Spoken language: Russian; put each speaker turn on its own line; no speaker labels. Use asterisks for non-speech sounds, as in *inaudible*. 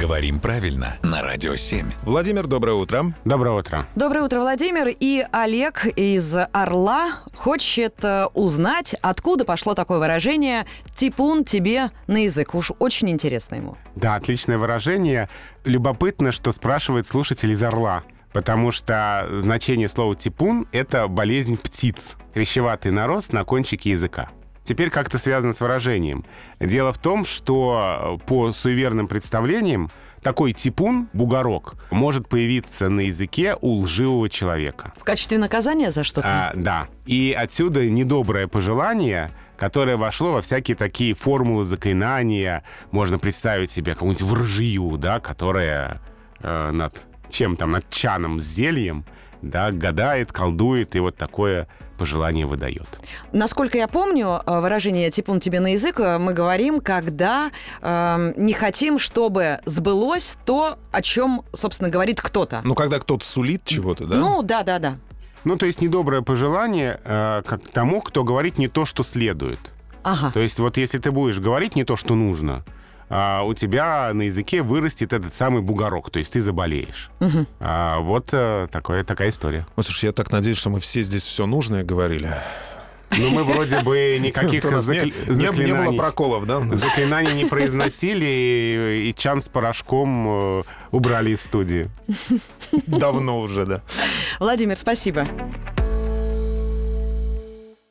Говорим правильно на Радио 7.
Владимир, доброе утро.
Доброе утро.
Доброе утро, Владимир. И Олег из «Орла» хочет э, узнать, откуда пошло такое выражение «типун тебе на язык». Уж очень интересно ему.
Да, отличное выражение. Любопытно, что спрашивает слушатель из «Орла». Потому что значение слова «типун» — это болезнь птиц. Хрящеватый нарост на кончике языка. Теперь как-то связано с выражением. Дело в том, что э, по суеверным представлениям такой типун, бугорок, может появиться на языке у лживого человека.
В качестве наказания за что-то?
А, да. И отсюда недоброе пожелание, которое вошло во всякие такие формулы заклинания. Можно представить себе какую-нибудь вржию, да, которая э, над чем там, над чаном с зельем, да, гадает, колдует и вот такое пожелание выдает.
Насколько я помню, э, выражение «типун тебе на язык» э, мы говорим, когда эм, не хотим, чтобы сбылось то, о чем, собственно, говорит кто-то.
Ну, когда кто-то сулит чего-то, да?
Ну, да-да-да.
Ну, то есть недоброе пожелание э, как тому, кто говорит не то, что следует.
Ага.
То есть вот если ты будешь говорить не то, что нужно, а, у тебя на языке вырастет этот самый бугорок, то есть ты заболеешь. А, вот э, такое, такая история.
Ой, Ну, слушай, я так надеюсь, что мы все здесь все нужное говорили.
Ну, мы
*laughs*
вроде бы никаких
Вот у нас не-
закли-
не, не было
заклинаний-
*laughs*
проколов, да? у нас?
заклинаний не произносили, и, и чан с порошком э, убрали из студии.
Давно уже, да.
Владимир, спасибо.